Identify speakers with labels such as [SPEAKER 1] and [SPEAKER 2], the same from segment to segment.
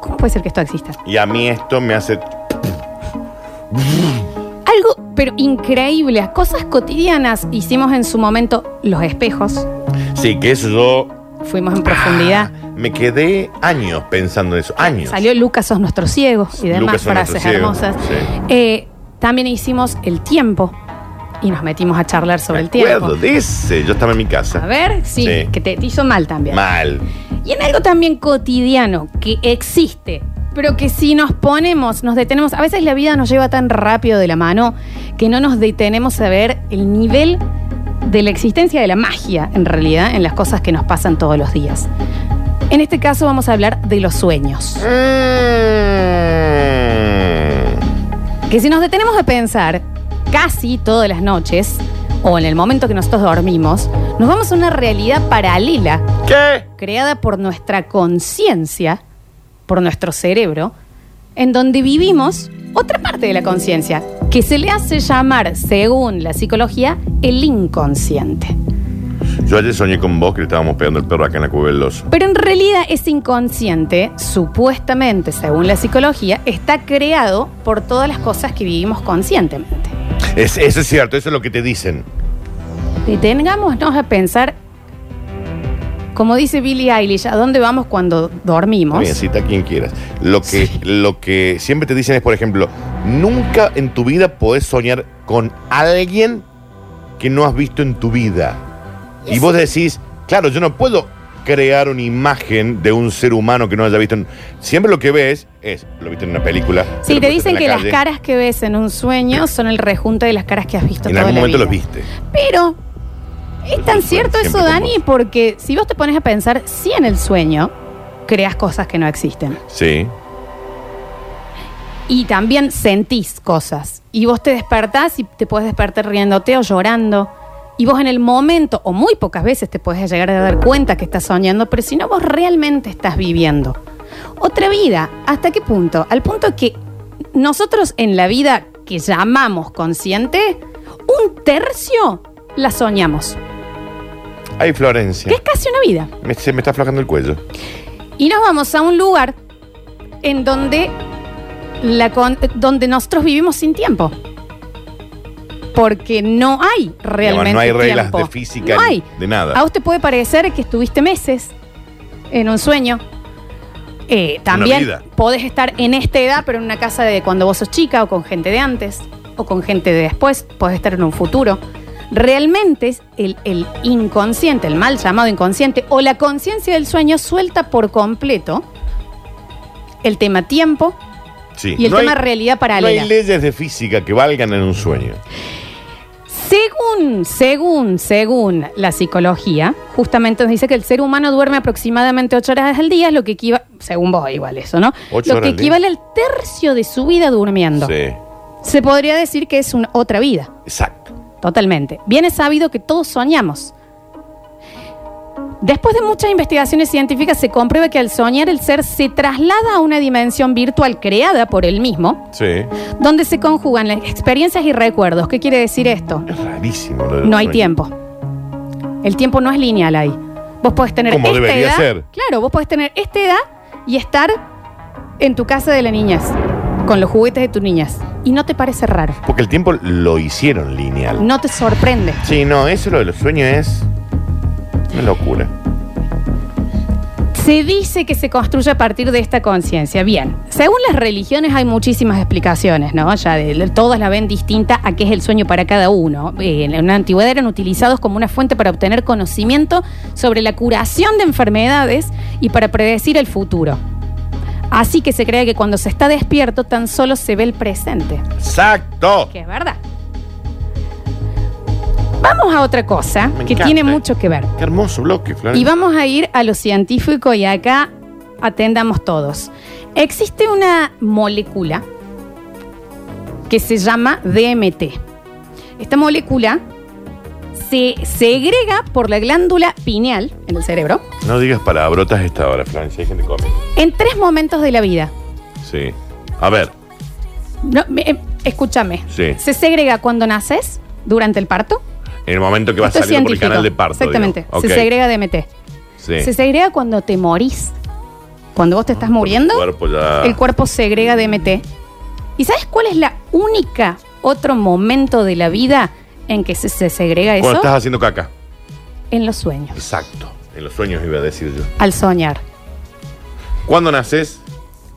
[SPEAKER 1] ¿Cómo puede ser que esto exista?
[SPEAKER 2] Y a mí esto me hace.
[SPEAKER 1] Algo, pero increíble. Cosas cotidianas. Hicimos en su momento los espejos.
[SPEAKER 2] Sí, que eso yo.
[SPEAKER 1] Fuimos
[SPEAKER 2] Ah,
[SPEAKER 1] en profundidad.
[SPEAKER 2] Me quedé años pensando en eso. Años.
[SPEAKER 1] Salió Lucas sos nuestro ciego y demás
[SPEAKER 2] Lucas sos
[SPEAKER 1] frases
[SPEAKER 2] nuestro ciego,
[SPEAKER 1] hermosas.
[SPEAKER 2] sí.
[SPEAKER 1] Eh, también hicimos el tiempo y nos metimos a charlar sobre el
[SPEAKER 2] Me acuerdo
[SPEAKER 1] tiempo.
[SPEAKER 2] de ese. Yo estaba en mi casa.
[SPEAKER 1] A ver, sí,
[SPEAKER 2] Sí.
[SPEAKER 1] que te te hizo mal también.
[SPEAKER 2] Mal.
[SPEAKER 1] Y en algo también cotidiano que existe, pero que si nos ponemos, nos detenemos, a veces la vida nos lleva tan rápido de la mano que no nos detenemos a ver el nivel de la existencia de la magia, en realidad, en las cosas que nos pasan todos los días. En este caso vamos a hablar de los sueños.
[SPEAKER 2] Mm.
[SPEAKER 1] Que si nos detenemos a pensar casi todas las noches, o en el momento que nosotros dormimos, nos vamos a una realidad paralela
[SPEAKER 2] ¿Qué?
[SPEAKER 1] creada por nuestra conciencia, por nuestro cerebro, en donde vivimos otra parte de la conciencia, que se le hace llamar, según la psicología, el inconsciente.
[SPEAKER 2] Yo ayer soñé con vos que le estábamos pegando el perro acá en la cueva del oso.
[SPEAKER 1] Pero en realidad ese inconsciente, supuestamente, según la psicología, está creado por todas las cosas que vivimos conscientemente.
[SPEAKER 2] Es- eso es cierto, eso es lo que te dicen.
[SPEAKER 1] Detengámonos a pensar, como dice Billie Eilish, ¿a dónde vamos cuando dormimos?
[SPEAKER 2] Bien, cita a quien quieras. Lo que, lo que siempre te dicen es, por ejemplo, nunca en tu vida podés soñar con alguien que no has visto en tu vida. Y vos decís, claro, yo no puedo crear una imagen de un ser humano que no haya visto. en- Siempre lo que ves es, lo viste en una película.
[SPEAKER 1] Sí,
[SPEAKER 2] lo
[SPEAKER 1] te dicen
[SPEAKER 2] viste en la
[SPEAKER 1] que
[SPEAKER 2] calle,
[SPEAKER 1] las caras que ves en un sueño son el rejunte de las caras que has visto
[SPEAKER 2] En
[SPEAKER 1] toda
[SPEAKER 2] algún
[SPEAKER 1] la
[SPEAKER 2] momento
[SPEAKER 1] vida.
[SPEAKER 2] los viste.
[SPEAKER 1] Pero es tan cierto
[SPEAKER 2] Siempre, siempre
[SPEAKER 1] eso,
[SPEAKER 2] con
[SPEAKER 1] Dani,
[SPEAKER 2] vos.
[SPEAKER 1] porque si vos te pones a pensar, sí en el sueño creas cosas que no existen.
[SPEAKER 2] Sí.
[SPEAKER 1] Y también sentís cosas. Y vos te despertás y te puedes despertar riéndote o llorando. Y vos en el momento, o muy pocas veces, te podés llegar a dar cuenta que estás soñando, pero si no, vos realmente estás viviendo. Otra vida, ¿hasta qué punto? Al punto que nosotros en la vida que llamamos consciente, un tercio la soñamos,
[SPEAKER 2] Ay, Florencia.
[SPEAKER 1] que es casi una vida.
[SPEAKER 2] Me- se me está aflojando el cuello.
[SPEAKER 1] Y nos vamos a un lugar en donde, la con- donde nosotros vivimos sin tiempo. Porque no hay realmente.
[SPEAKER 2] Además, no hay reglas
[SPEAKER 1] tiempo.
[SPEAKER 2] de física
[SPEAKER 1] No
[SPEAKER 2] ni
[SPEAKER 1] hay.
[SPEAKER 2] de nada.
[SPEAKER 1] A usted puede parecer que estuviste meses en un sueño. Eh, también
[SPEAKER 2] vida.
[SPEAKER 1] podés estar en esta edad, pero en una casa de cuando vos sos chica o con gente de antes o con gente de después. Podés estar en un futuro. Realmente es el, el inconsciente, el mal llamado inconsciente o la conciencia del sueño suelta por completo el tema tiempo
[SPEAKER 2] Sí.
[SPEAKER 1] y el
[SPEAKER 2] No
[SPEAKER 1] tema
[SPEAKER 2] hay-
[SPEAKER 1] realidad
[SPEAKER 2] No
[SPEAKER 1] paralela.
[SPEAKER 2] hay leyes de física que valgan en un sueño.
[SPEAKER 1] Según, según, según la psicología, justamente nos dice que el ser humano duerme aproximadamente ocho horas al día, lo que equivale, según vos igual eso, ¿no?
[SPEAKER 2] Ocho
[SPEAKER 1] lo
[SPEAKER 2] horas
[SPEAKER 1] que
[SPEAKER 2] al día.
[SPEAKER 1] equivale al tercio de su vida durmiendo.
[SPEAKER 2] Sí.
[SPEAKER 1] Se podría decir que es una otra vida,
[SPEAKER 2] Exacto.
[SPEAKER 1] totalmente. Bien es sabido que todos soñamos. Después de muchas investigaciones científicas se comprueba que al soñar el ser se traslada a una dimensión virtual creada por él mismo,
[SPEAKER 2] Sí.
[SPEAKER 1] donde se conjugan las experiencias y recuerdos. ¿Qué quiere decir esto?
[SPEAKER 2] Es rarísimo. Lo del
[SPEAKER 1] No hay
[SPEAKER 2] sueño.
[SPEAKER 1] tiempo. El tiempo no es lineal ahí. Vos podés tener
[SPEAKER 2] Como
[SPEAKER 1] esta
[SPEAKER 2] debería
[SPEAKER 1] edad.
[SPEAKER 2] ser.
[SPEAKER 1] Claro, vos podés tener esta edad y estar en tu casa de la niñez, con los juguetes de tu niñez. Y no te parece raro.
[SPEAKER 2] Porque el tiempo lo hicieron lineal.
[SPEAKER 1] No te sorprende.
[SPEAKER 2] Sí, no, eso lo de los sueños es una locura.
[SPEAKER 1] Se dice que se construye a partir de esta conciencia. Bien, según las religiones hay muchísimas explicaciones, ¿no? Ya de- de- todas la ven distinta a qué es el sueño para cada uno. Eh, en la antigüedad eran utilizados como una fuente para obtener conocimiento sobre la curación de enfermedades y para predecir el futuro. Así que se cree que cuando se está despierto tan solo se ve el presente,
[SPEAKER 2] Exacto.
[SPEAKER 1] que es verdad. Vamos a otra cosa
[SPEAKER 2] Me
[SPEAKER 1] que
[SPEAKER 2] encanta. eh.
[SPEAKER 1] tiene mucho que ver.
[SPEAKER 2] Qué hermoso bloque,
[SPEAKER 1] Y
[SPEAKER 2] Florencia.
[SPEAKER 1] vamos a ir a lo científico y acá atendamos todos. Existe una molécula que se llama DMT. Esta molécula se segrega por la glándula pineal en el cerebro
[SPEAKER 2] No digas palabrotas a esta hora, Florencia. Hay gente que come.
[SPEAKER 1] en tres momentos de la vida.
[SPEAKER 2] Sí. A ver,
[SPEAKER 1] No, me- eh, escúchame.
[SPEAKER 2] Sí.
[SPEAKER 1] Se segrega cuando naces, durante el parto.
[SPEAKER 2] en el momento que vas
[SPEAKER 1] Esto es
[SPEAKER 2] saliendo por el
[SPEAKER 1] científico.
[SPEAKER 2] canal de parto.
[SPEAKER 1] Exactamente.
[SPEAKER 2] digamos. Ok,
[SPEAKER 1] Se segrega DMT.
[SPEAKER 2] sí.
[SPEAKER 1] Se segrega cuando te morís. Cuando vos te estás muriendo,
[SPEAKER 2] El cuerpo ya-
[SPEAKER 1] el cuerpo segrega DMT. ¿Y sabes cuál es la única otro momento de la vida en que se, se segrega eso?
[SPEAKER 2] Cuando estás haciendo caca.
[SPEAKER 1] En los sueños,
[SPEAKER 2] Exacto. En los sueños iba a decir yo.
[SPEAKER 1] al soñar.
[SPEAKER 2] ¿Cuándo naces?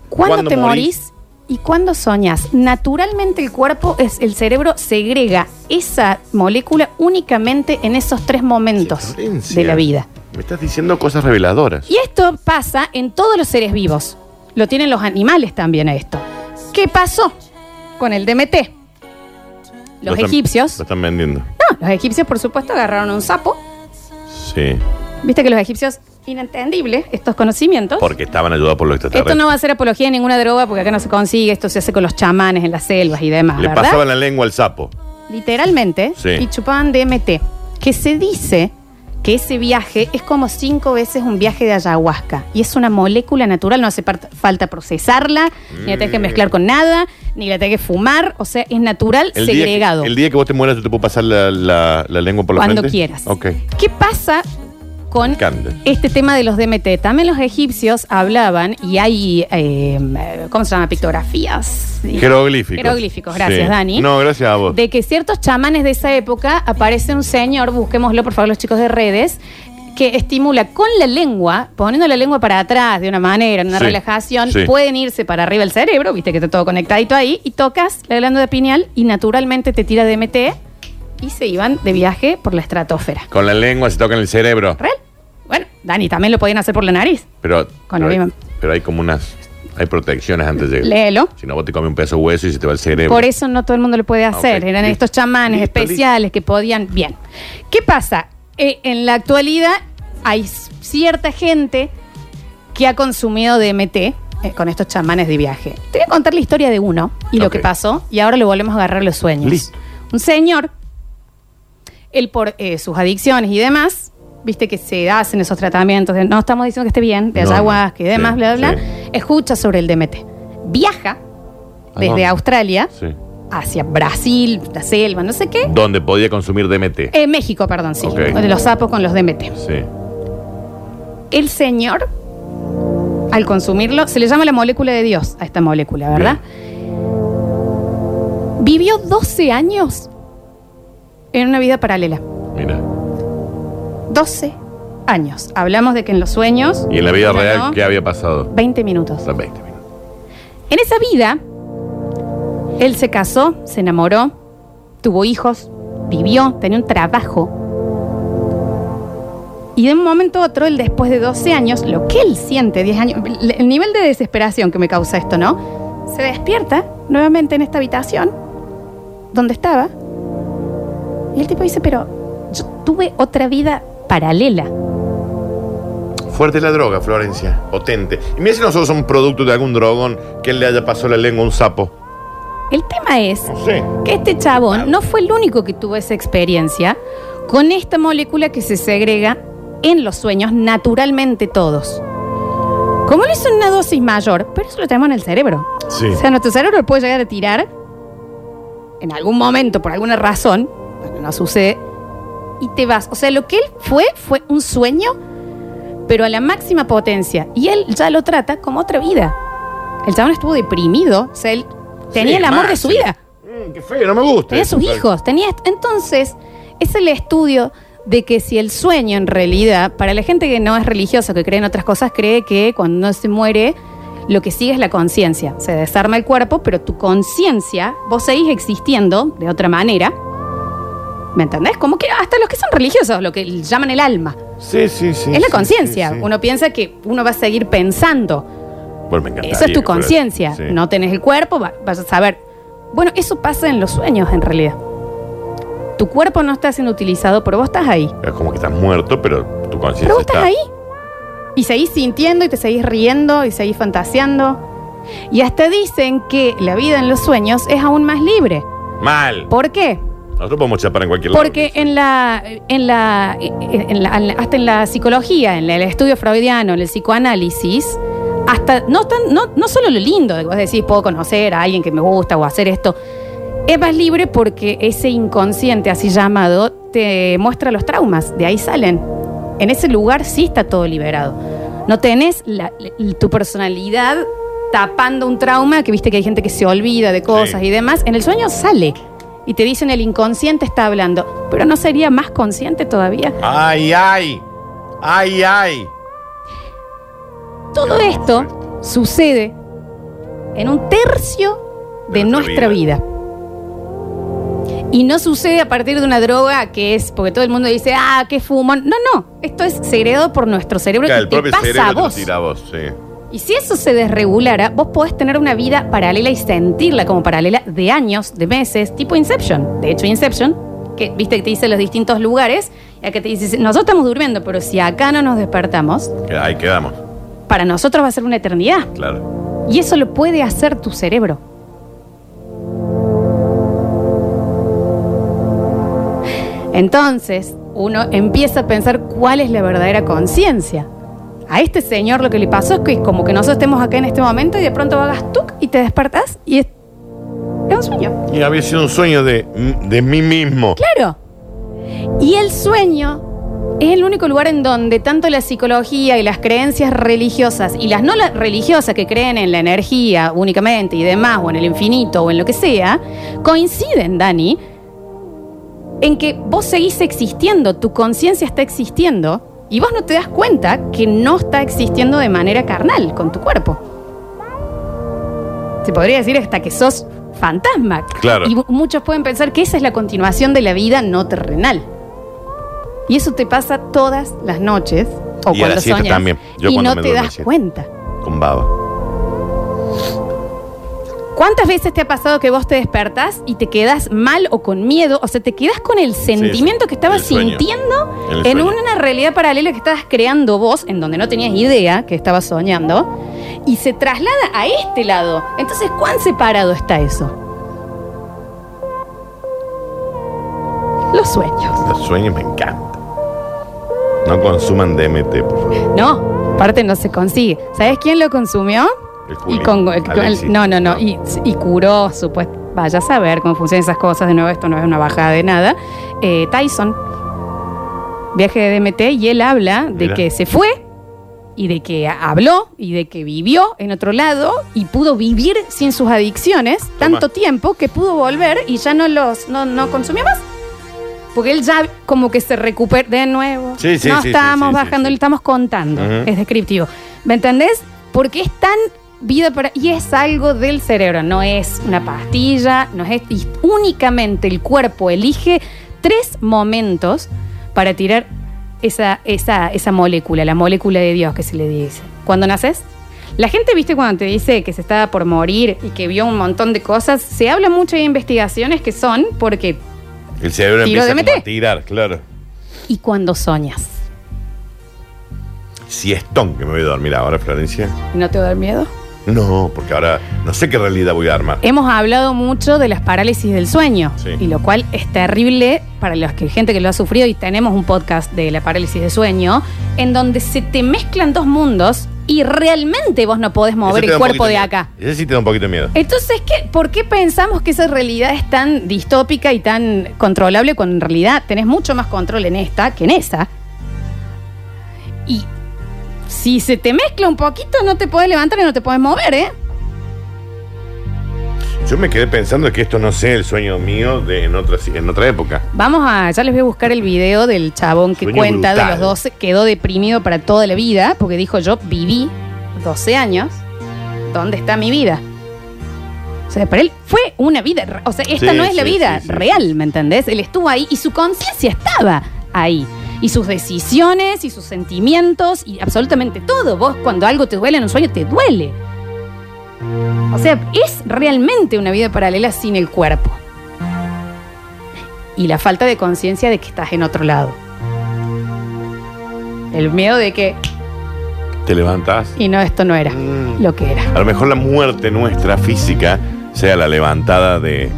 [SPEAKER 1] ¿Cuándo,
[SPEAKER 2] ¿Cuándo
[SPEAKER 1] te
[SPEAKER 2] morís?
[SPEAKER 1] morís? ¿Y cuándo soñas? Naturalmente el cuerpo, es, el cerebro segrega esa molécula únicamente en esos tres momentos
[SPEAKER 2] Florencia,
[SPEAKER 1] de la vida.
[SPEAKER 2] Me estás diciendo cosas reveladoras.
[SPEAKER 1] Y esto pasa en todos los seres vivos. Lo tienen los animales también a esto. ¿Qué pasó con el DMT?
[SPEAKER 2] Lo
[SPEAKER 1] Los
[SPEAKER 2] están-
[SPEAKER 1] egipcios.
[SPEAKER 2] Lo están vendiendo.
[SPEAKER 1] No, los egipcios, por supuesto, agarraron un sapo.
[SPEAKER 2] Sí.
[SPEAKER 1] Viste que los egipcios, inentendible estos conocimientos.
[SPEAKER 2] Porque estaban ayudados por los
[SPEAKER 1] Esto
[SPEAKER 2] extraterrestres.
[SPEAKER 1] no va a ser apología de ninguna droga porque acá no se consigue, esto se hace con los chamanes en las selvas y demás,
[SPEAKER 2] Le
[SPEAKER 1] ¿verdad?
[SPEAKER 2] pasaban la lengua al sapo.
[SPEAKER 1] Literalmente,
[SPEAKER 2] Sí.
[SPEAKER 1] y chupaban DMT. Que se dice que ese viaje es como cinco veces un viaje de ayahuasca. Y es una molécula natural, no hace par- falta procesarla, ni la tenés que
[SPEAKER 2] Mm.
[SPEAKER 1] mezclar con nada, ni la tenés que fumar. O sea, es natural
[SPEAKER 2] El día,
[SPEAKER 1] segregado.
[SPEAKER 2] que, el día que vos te mueras, yo te puedo pasar la, la- la lengua por la
[SPEAKER 1] Cuando
[SPEAKER 2] frente?
[SPEAKER 1] quieras.
[SPEAKER 2] Ok.
[SPEAKER 1] ¿Qué pasa con
[SPEAKER 2] encanta.
[SPEAKER 1] este tema de los DMT? También los egipcios hablaban y hay, eh, ¿cómo se llama? Pictografías.
[SPEAKER 2] Jeroglíficos.
[SPEAKER 1] Jeroglíficos, gracias,
[SPEAKER 2] Sí.
[SPEAKER 1] Dani.
[SPEAKER 2] No, gracias a vos.
[SPEAKER 1] De que ciertos chamanes de esa época aparece un señor, busquémoslo por favor los chicos de redes, que estimula con la lengua, poniendo la lengua para atrás de una manera, en una
[SPEAKER 2] Sí,
[SPEAKER 1] relajación,
[SPEAKER 2] sí.
[SPEAKER 1] pueden irse para arriba el cerebro, viste que está todo conectadito ahí, y tocas la glándula pineal y naturalmente te tira DMT y se iban de viaje por la estratosfera.
[SPEAKER 2] Con la lengua se toca en el cerebro.
[SPEAKER 1] ¿Real? Bueno, Dani, también lo podían hacer por la nariz.
[SPEAKER 2] Pero,
[SPEAKER 1] Con
[SPEAKER 2] pero,
[SPEAKER 1] el
[SPEAKER 2] hay,
[SPEAKER 1] imán.
[SPEAKER 2] pero hay como unas. Hay protecciones antes de.
[SPEAKER 1] Léelo.
[SPEAKER 2] Si no, vos te comes un pedazo de hueso y se te va el cerebro. Ah,
[SPEAKER 1] Por eso no todo el mundo lo puede hacer.
[SPEAKER 2] ok.
[SPEAKER 1] Eran
[SPEAKER 2] Listo.
[SPEAKER 1] estos chamanes
[SPEAKER 2] Listo,
[SPEAKER 1] especiales que podían. Bien. ¿Qué pasa? Eh, en la actualidad hay s- cierta gente que ha consumido DMT eh, con estos chamanes de viaje. Te voy a contar la historia de uno y lo
[SPEAKER 2] Ok.
[SPEAKER 1] que pasó, y ahora lo volvemos a agarrar los sueños.
[SPEAKER 2] Listo.
[SPEAKER 1] Un señor, él por eh, sus adicciones y demás, viste que se hacen esos tratamientos de no estamos diciendo que esté bien, de
[SPEAKER 2] No,
[SPEAKER 1] ayahuasca y
[SPEAKER 2] no.
[SPEAKER 1] demás,
[SPEAKER 2] Sí,
[SPEAKER 1] bla, bla,
[SPEAKER 2] sí.
[SPEAKER 1] bla, escucha sobre el DMT. Viaja
[SPEAKER 2] ¿A
[SPEAKER 1] desde
[SPEAKER 2] dónde?
[SPEAKER 1] Australia
[SPEAKER 2] Sí.
[SPEAKER 1] hacia Brasil, la selva, no sé qué.
[SPEAKER 2] Donde podía consumir DMT.
[SPEAKER 1] Eh, México, perdón, sí.
[SPEAKER 2] Ok.
[SPEAKER 1] De los sapos con los DMT.
[SPEAKER 2] Sí.
[SPEAKER 1] El señor, al consumirlo, se le llama la molécula de Dios a esta molécula, ¿verdad? Vivió 12 años en una vida paralela.
[SPEAKER 2] Mira.
[SPEAKER 1] 12 años. Hablamos de que en los sueños.
[SPEAKER 2] ¿Y en la vida
[SPEAKER 1] No,
[SPEAKER 2] real
[SPEAKER 1] no,
[SPEAKER 2] qué había pasado?
[SPEAKER 1] 20 minutos.
[SPEAKER 2] Son 20 minutos.
[SPEAKER 1] En esa vida, él se casó, se enamoró, tuvo hijos, vivió, tenía un trabajo. Y de un momento a otro, él después de 12 años, lo que él siente, 10 años, el el nivel de desesperación que me causa esto, ¿no? Se despierta nuevamente en esta habitación donde estaba. Y el tipo dice, pero yo tuve otra vida paralela.
[SPEAKER 2] Fuerte la droga, Florencia. Potente. Y mira si nosotros somos producto de algún drogón que le haya pasado la lengua a un sapo.
[SPEAKER 1] El tema es
[SPEAKER 2] No sé.
[SPEAKER 1] que este chabón no fue el único que tuvo esa experiencia con esta molécula que se segrega en los sueños naturalmente todos. Como lo hizo en una dosis mayor, pero eso lo tenemos en el cerebro.
[SPEAKER 2] Sí.
[SPEAKER 1] O sea, nuestro cerebro lo puede llegar a tirar en algún momento, por alguna razón, bueno, no sucede, y te vas. O sea, lo que él fue fue un sueño, pero a la máxima potencia. Y él ya lo trata como otra vida. El chabón estuvo deprimido, o sea, él tenía
[SPEAKER 2] Sí,
[SPEAKER 1] el amor
[SPEAKER 2] más,
[SPEAKER 1] de su
[SPEAKER 2] sí.
[SPEAKER 1] vida.
[SPEAKER 2] Mm, qué feo, no me gusta.
[SPEAKER 1] Tenía sus hijos, tenía. Entonces, es el estudio de que si el sueño en realidad, para la gente que no es religiosa, que cree en otras cosas, cree que cuando uno se muere, lo que sigue es la conciencia. Se desarma el cuerpo, pero tu conciencia, vos seguís existiendo de otra manera. ¿Me entendés? Como que hasta los que son religiosos, lo que llaman el alma.
[SPEAKER 2] Sí, sí, sí.
[SPEAKER 1] es la
[SPEAKER 2] sí,
[SPEAKER 1] conciencia.
[SPEAKER 2] sí, sí.
[SPEAKER 1] Uno piensa que uno va a seguir pensando.
[SPEAKER 2] Bueno, me encantaría
[SPEAKER 1] Eso es tu
[SPEAKER 2] que fuera-
[SPEAKER 1] conciencia.
[SPEAKER 2] Sí.
[SPEAKER 1] No tenés el cuerpo, va- vas a saber. Bueno, eso pasa en los sueños en realidad. Tu cuerpo no está siendo utilizado, pero vos estás ahí.
[SPEAKER 2] Es como que estás muerto, pero tu conciencia.
[SPEAKER 1] pero vos estás
[SPEAKER 2] está-
[SPEAKER 1] ahí. Y seguís sintiendo y te seguís riendo y seguís fantaseando. Y hasta dicen que la vida en los sueños es aún más libre.
[SPEAKER 2] Mal.
[SPEAKER 1] ¿Por qué?
[SPEAKER 2] Nosotros podemos chapar en cualquier
[SPEAKER 1] Porque
[SPEAKER 2] lado.
[SPEAKER 1] en la, en la, en la- en la- hasta en la psicología, en la- el estudio freudiano, en el psicoanálisis, hasta no, tan, no, no solo lo lindo de que vos decís, puedo conocer a alguien que me gusta o hacer esto, es más libre porque ese inconsciente, así llamado, te muestra los traumas, de ahí salen. En ese lugar sí está todo liberado. No tenés la- l- tu personalidad tapando un trauma que viste que hay gente que se olvida de cosas
[SPEAKER 2] Sí.
[SPEAKER 1] y demás. En el sueño sale y te dicen el inconsciente está hablando, pero no sería más consciente todavía.
[SPEAKER 2] Ay, ay. Ay, ay.
[SPEAKER 1] Todo esto sucede en un tercio de,
[SPEAKER 2] De
[SPEAKER 1] nuestra
[SPEAKER 2] nuestra
[SPEAKER 1] vida. Y no sucede a partir de una droga que es, porque todo el mundo dice, ah, qué fumón. No, no, esto es segregado por nuestro cerebro
[SPEAKER 2] Claro,
[SPEAKER 1] y te pasa a
[SPEAKER 2] te
[SPEAKER 1] vos.
[SPEAKER 2] tira a vos, sí.
[SPEAKER 1] Y si eso se desregulara, vos podés tener una vida paralela y sentirla como paralela de años, de meses, tipo Inception. De hecho, Inception, que viste que te dice los distintos lugares, y acá te dice, nosotros estamos durmiendo, pero si acá no nos despertamos,
[SPEAKER 2] Que- Ahí quedamos,
[SPEAKER 1] para nosotros va a ser una eternidad.
[SPEAKER 2] claro.
[SPEAKER 1] Y eso lo puede hacer tu cerebro. Entonces, uno empieza a pensar cuál es la verdadera conciencia. A este señor lo que le pasó es que es como que nosotros estemos acá en este momento y de pronto hagas tuk y te despertás y es, es un sueño.
[SPEAKER 2] Y había sido un sueño de, de mí mismo.
[SPEAKER 1] Claro. Y el sueño es el único lugar en donde tanto la psicología y las creencias religiosas y las no la- religiosas que creen en la energía únicamente y demás, o en el infinito o en lo que sea, coinciden, Dani, en que vos seguís existiendo, tu conciencia está existiendo y vos no te das cuenta que no está existiendo de manera carnal con tu cuerpo. Se podría decir hasta que sos fantasma.
[SPEAKER 2] Claro.
[SPEAKER 1] Y mu- muchos pueden pensar que esa es la continuación de la vida no terrenal. Y eso te pasa todas las noches o
[SPEAKER 2] Y a
[SPEAKER 1] cuando
[SPEAKER 2] la siesta
[SPEAKER 1] soñas.
[SPEAKER 2] también. Yo
[SPEAKER 1] y
[SPEAKER 2] cuando
[SPEAKER 1] no
[SPEAKER 2] me
[SPEAKER 1] te
[SPEAKER 2] duermo,
[SPEAKER 1] das
[SPEAKER 2] siesta.
[SPEAKER 1] cuenta.
[SPEAKER 2] Con baba.
[SPEAKER 1] ¿Cuántas veces te ha pasado que vos te despertás y te quedás mal o con miedo? O sea, te quedás con el sentimiento
[SPEAKER 2] sí.
[SPEAKER 1] que estabas
[SPEAKER 2] El sueño.
[SPEAKER 1] sintiendo
[SPEAKER 2] En el
[SPEAKER 1] en
[SPEAKER 2] sueño.
[SPEAKER 1] una realidad paralela que estabas creando vos, en donde no tenías idea que estabas soñando, y se traslada a este lado. Entonces, ¿cuán separado está eso? Los sueños.
[SPEAKER 2] Los sueños me encantan. No consuman DMT, por favor.
[SPEAKER 1] No, aparte no se consigue. ¿Sabes quién lo consumió?
[SPEAKER 2] El
[SPEAKER 1] Y
[SPEAKER 2] Juli.
[SPEAKER 1] con, con-
[SPEAKER 2] Alexis.
[SPEAKER 1] no, no, no. Y, y curó, supuesto. Vaya a saber cómo funcionan esas cosas. De nuevo, esto no es una bajada de nada. Eh, Tyson. Viaje de DMT. Y él habla de
[SPEAKER 2] Mira.
[SPEAKER 1] que se fue. Y de que habló. Y de que vivió en otro lado. Y pudo vivir sin sus adicciones tanto tiempo que pudo volver y ya no los no, no consumió más. Porque él ya como que se recupera de nuevo.
[SPEAKER 2] Sí, sí,
[SPEAKER 1] no
[SPEAKER 2] sí,
[SPEAKER 1] estábamos
[SPEAKER 2] sí, sí, sí,
[SPEAKER 1] bajando,
[SPEAKER 2] sí.
[SPEAKER 1] le estamos contando.
[SPEAKER 2] Ujú.
[SPEAKER 1] Es descriptivo. ¿Me entendés? Porque es tan vida para. Y es algo del cerebro, no es una pastilla, no es. y únicamente el cuerpo elige tres momentos para tirar esa, esa, esa molécula, la molécula de Dios que se le dice. Cuando naces, la gente, viste, cuando te dice que se estaba por morir y que vio un montón de cosas, se habla mucho de investigaciones que son porque.
[SPEAKER 2] El cerebro
[SPEAKER 1] Tiro
[SPEAKER 2] empieza
[SPEAKER 1] DMT.
[SPEAKER 2] como a tirar, claro.
[SPEAKER 1] y cuando soñas.
[SPEAKER 2] Siestón que me voy a dormir ahora, Florencia.
[SPEAKER 1] ¿No te va a dar miedo?
[SPEAKER 2] No, porque ahora no sé qué realidad voy a armar.
[SPEAKER 1] Hemos hablado mucho de las parálisis del sueño,
[SPEAKER 2] Sí.
[SPEAKER 1] y lo cual es terrible para los que gente que lo ha sufrido y tenemos un podcast de la parálisis de sueño en donde se te mezclan dos mundos y realmente vos no podés
[SPEAKER 2] Eso
[SPEAKER 1] mover
[SPEAKER 2] te
[SPEAKER 1] el
[SPEAKER 2] da un
[SPEAKER 1] cuerpo
[SPEAKER 2] poquito
[SPEAKER 1] de
[SPEAKER 2] miedo.
[SPEAKER 1] acá.
[SPEAKER 2] Ese sí te da un poquito de miedo.
[SPEAKER 1] Entonces, ¿qué, ¿por qué pensamos que esa realidad es tan distópica y tan controlable cuando en realidad tenés mucho más control en esta que en esa? Y si se te mezcla un poquito, no te podés levantar y no te podés mover, ¿eh?
[SPEAKER 2] Yo me quedé pensando que esto no sea el sueño mío de en otra, en otra época.
[SPEAKER 1] Vamos a, ya les voy a buscar el video del chabón que
[SPEAKER 2] Sueño
[SPEAKER 1] cuenta de
[SPEAKER 2] brutal.
[SPEAKER 1] los 12, quedó deprimido para toda la vida, porque dijo yo viví 12 años, ¿dónde está mi vida? O sea, para él fue una vida, re- o sea, esta
[SPEAKER 2] Sí,
[SPEAKER 1] no es la
[SPEAKER 2] sí,
[SPEAKER 1] vida
[SPEAKER 2] sí, sí,
[SPEAKER 1] real, ¿me entendés? Él estuvo ahí y su conciencia estaba ahí. Y sus decisiones, y sus sentimientos, y absolutamente todo. Vos cuando algo te duele en un sueño, te duele. O sea, es realmente una vida paralela sin el cuerpo. Y la falta de conciencia de que estás en otro lado. El miedo de que,
[SPEAKER 2] Te levantas.
[SPEAKER 1] y no, esto no era
[SPEAKER 2] Mm.
[SPEAKER 1] lo que era.
[SPEAKER 2] A lo mejor la muerte nuestra física sea la levantada de,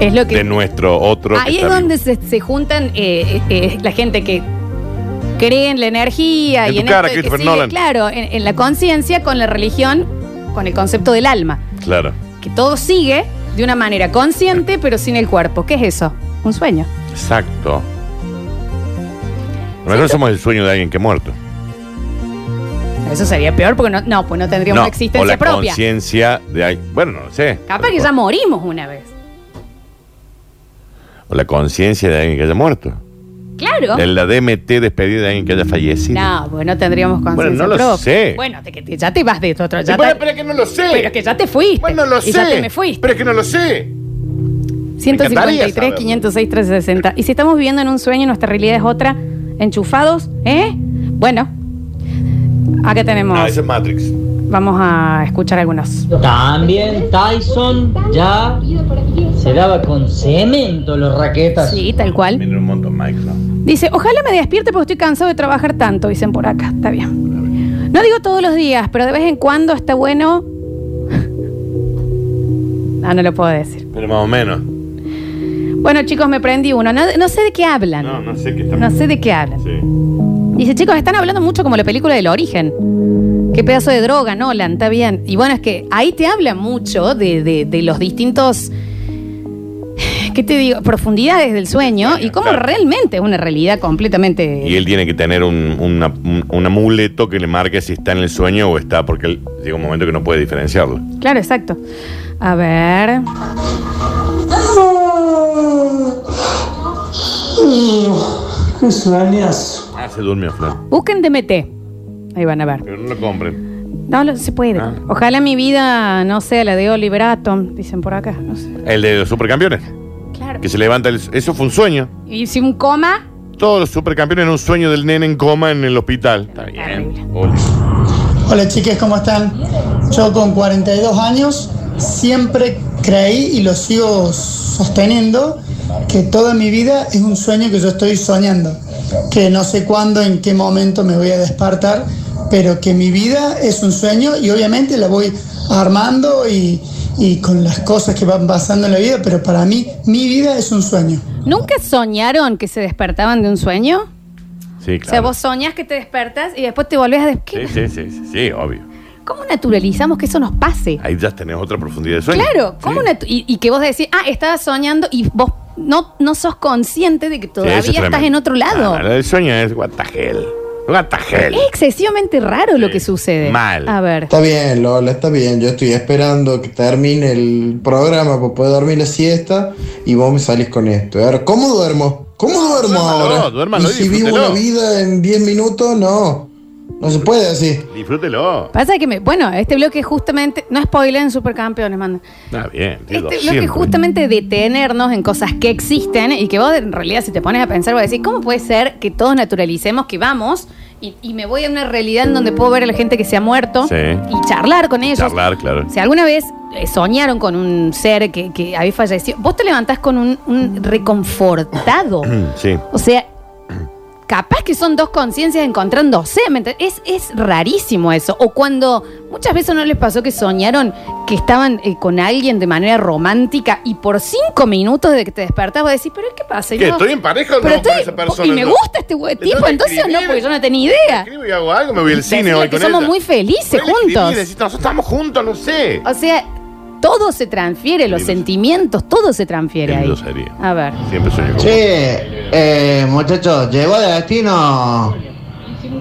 [SPEAKER 1] Es lo
[SPEAKER 2] de
[SPEAKER 1] que.
[SPEAKER 2] nuestro otro. que
[SPEAKER 1] Ahí es
[SPEAKER 2] está
[SPEAKER 1] donde
[SPEAKER 2] vivo.
[SPEAKER 1] se, se juntan eh, eh, eh, la gente que cree en la energía
[SPEAKER 2] En
[SPEAKER 1] y
[SPEAKER 2] tu
[SPEAKER 1] en
[SPEAKER 2] cara,
[SPEAKER 1] esto de que
[SPEAKER 2] Christopher
[SPEAKER 1] sigue,
[SPEAKER 2] Nolan.
[SPEAKER 1] Claro, en, en la conciencia con la religión, con el concepto del alma.
[SPEAKER 2] Claro.
[SPEAKER 1] Que todo sigue de una manera consciente, pero sin el cuerpo. ¿Qué es eso? Un sueño.
[SPEAKER 2] Exacto. A lo mejor somos el sueño de alguien que ha muerto.
[SPEAKER 1] Bueno, Eso sería peor porque no, no, pues no tendría
[SPEAKER 2] no,
[SPEAKER 1] una existencia
[SPEAKER 2] o la
[SPEAKER 1] propia.
[SPEAKER 2] conciencia de ahí. Bueno, no sé.
[SPEAKER 1] Capaz que ya morimos una vez.
[SPEAKER 2] O la conciencia de alguien que haya muerto.
[SPEAKER 1] Claro.
[SPEAKER 2] De la DMT despedida de alguien que haya fallecido.
[SPEAKER 1] No, pues no tendríamos conciencia
[SPEAKER 2] Bueno, no lo
[SPEAKER 1] propia.
[SPEAKER 2] sé.
[SPEAKER 1] Bueno, te- que te- ya te vas de esto. otro-
[SPEAKER 2] Sí,
[SPEAKER 1] Ya
[SPEAKER 2] bueno,
[SPEAKER 1] te-
[SPEAKER 2] pero es que no lo sé.
[SPEAKER 1] pero que ya te fuiste.
[SPEAKER 2] Bueno, lo
[SPEAKER 1] y
[SPEAKER 2] sé.
[SPEAKER 1] ya te me fuiste.
[SPEAKER 2] Pero es que no lo sé. encantaría
[SPEAKER 1] 153,
[SPEAKER 2] saberlo.
[SPEAKER 1] 506, 360. Y si estamos viviendo en un sueño y nuestra realidad es otra, enchufados, ¿eh? Bueno, acá tenemos.
[SPEAKER 2] No, Ah, eso es Matrix.
[SPEAKER 1] Vamos a escuchar algunos.
[SPEAKER 3] También Tyson ya se daba con cemento los raquetas.
[SPEAKER 1] Sí, tal cual.
[SPEAKER 2] Miren un montón, Mike, ¿no?
[SPEAKER 1] Dice, ojalá me despierte porque estoy cansado de trabajar tanto, dicen por acá. Está bien. No digo todos los días, pero de vez en cuando está bueno. Ah, no lo puedo decir.
[SPEAKER 2] Pero más o menos.
[SPEAKER 1] Bueno, chicos, me prendí uno. No, no sé de qué hablan.
[SPEAKER 2] No, no sé qué está.
[SPEAKER 1] No sé de qué hablan.
[SPEAKER 2] Sí.
[SPEAKER 1] Dice, chicos, están hablando mucho como la película del origen. Qué pedazo de droga, Nolan, está bien. Y bueno, es que ahí te habla mucho de, de- de los distintos, ¿qué te digo? Profundidades del sueño y cómo
[SPEAKER 2] Claro.
[SPEAKER 1] realmente es una realidad completamente...
[SPEAKER 2] Y él tiene que tener un, una- un- un amuleto que le marque si está en el sueño o está, porque él llega un momento que no puede diferenciarlo.
[SPEAKER 1] Claro, exacto. A ver.
[SPEAKER 4] ¿Qué sueñas?
[SPEAKER 2] Ah, se durmió, Flor.
[SPEAKER 1] Busquen DMT. Ahí van a ver.
[SPEAKER 2] Pero no lo compren.
[SPEAKER 1] No, lo- se puede.
[SPEAKER 2] Ah.
[SPEAKER 1] Ojalá mi vida no sea la de Oliver Atom, dicen por acá. No sé.
[SPEAKER 2] El de los supercampeones.
[SPEAKER 1] Claro.
[SPEAKER 2] Que se levanta el- Eso fue un sueño.
[SPEAKER 1] Y si un coma,
[SPEAKER 2] Todos los supercampeones en un sueño del nene en coma en el hospital. Está
[SPEAKER 1] Terrible.
[SPEAKER 2] bien. Ole.
[SPEAKER 5] Hola chiques, ¿cómo están? Yo con 42 años siempre creí y lo sigo sosteniendo que toda mi vida es un sueño que yo estoy soñando, que no sé cuándo, en qué momento me voy a despertar, pero que mi vida es un sueño y obviamente la voy armando y, y con las cosas que van pasando en la vida, pero para mí mi vida es un sueño.
[SPEAKER 1] ¿nunca soñaron que se despertaban de un sueño?
[SPEAKER 2] Sí,
[SPEAKER 1] O sea,
[SPEAKER 2] claro.
[SPEAKER 1] vos soñás que te despertas y después te volvés a des- ¿Qué?
[SPEAKER 2] Sí, sí, sí, sí, sí, obvio.
[SPEAKER 1] ¿Cómo naturalizamos que eso nos pase?
[SPEAKER 2] Ahí ya tenés otra profundidad de sueño.
[SPEAKER 1] Claro,
[SPEAKER 2] Sí.
[SPEAKER 1] ¿cómo natu- y, y que vos decís, ah, estaba soñando y vos no, no sos consciente de que
[SPEAKER 2] Sí, eso
[SPEAKER 1] todavía
[SPEAKER 2] es
[SPEAKER 1] estás
[SPEAKER 2] tremendo.
[SPEAKER 1] en otro lado. Eh.
[SPEAKER 2] Ah, no, el sueño es what the hell. What the hell.
[SPEAKER 1] Es excesivamente raro lo que sucede.
[SPEAKER 2] Mal.
[SPEAKER 1] A ver.
[SPEAKER 6] Está bien, Lola, está bien. Yo estoy esperando que termine el programa para poder dormir la siesta y vos me salís con esto. Ahora, ¿cómo duermo? ¿Cómo duermo
[SPEAKER 2] duérmalo,
[SPEAKER 6] ahora?
[SPEAKER 2] duérmalo
[SPEAKER 6] ¿Y
[SPEAKER 2] y
[SPEAKER 6] si vivo
[SPEAKER 2] disfrútelo.
[SPEAKER 6] una vida en 10 minutos? No, no se puede así.
[SPEAKER 2] Disfrútelo.
[SPEAKER 1] Pasa que, me, bueno, este bloque justamente, no spoiler en Supercampeones, manda.
[SPEAKER 2] Está bien. sí,
[SPEAKER 1] Este
[SPEAKER 2] 200.
[SPEAKER 1] bloque justamente detenernos en cosas que existen y que vos en realidad si te pones a pensar, vas a decir, ¿cómo puede ser que todos naturalicemos que vamos y, y me voy a una realidad en donde puedo ver a la gente que se ha muerto
[SPEAKER 2] Sí.
[SPEAKER 1] y charlar con ellos?
[SPEAKER 2] Charlar, claro.
[SPEAKER 1] Si alguna vez eh, soñaron con un ser que, que había fallecido, vos te levantás con un, un reconfortado.
[SPEAKER 2] Sí.
[SPEAKER 1] o sea, capaz que son dos conciencias encontrándose. ¿me entendés? es, es rarísimo eso. O cuando muchas veces no les pasó que soñaron que estaban eh, con alguien de manera romántica y por cinco minutos de que te despertás vos decís, pero ¿qué pasa?
[SPEAKER 2] ¿Qué?
[SPEAKER 1] Yo-
[SPEAKER 2] ¿Estoy en pareja o no
[SPEAKER 1] pero
[SPEAKER 2] con
[SPEAKER 1] estoy-
[SPEAKER 2] esa persona?
[SPEAKER 1] Y me
[SPEAKER 2] No.
[SPEAKER 1] gusta este hue-
[SPEAKER 2] Entonces,
[SPEAKER 1] tipo, entonces no,
[SPEAKER 2] escribí-
[SPEAKER 1] porque yo no tenía idea.
[SPEAKER 2] Escribo y hago algo, me voy al cine
[SPEAKER 1] Decirle
[SPEAKER 2] hoy
[SPEAKER 1] que
[SPEAKER 2] con
[SPEAKER 1] somos
[SPEAKER 2] ella.
[SPEAKER 1] muy felices
[SPEAKER 2] Voy a escribir y
[SPEAKER 1] juntos.
[SPEAKER 2] decir, nosotros estamos juntos, no sé.
[SPEAKER 1] O sea, todo se transfiere, los
[SPEAKER 2] Sí, no sé.
[SPEAKER 1] sentimientos, todo se transfiere
[SPEAKER 2] Qué
[SPEAKER 1] ahí. Ah.
[SPEAKER 2] lindo sería.
[SPEAKER 1] A ver.
[SPEAKER 2] Siempre sueño con
[SPEAKER 6] Sí, eh, muchachos, llegó de destino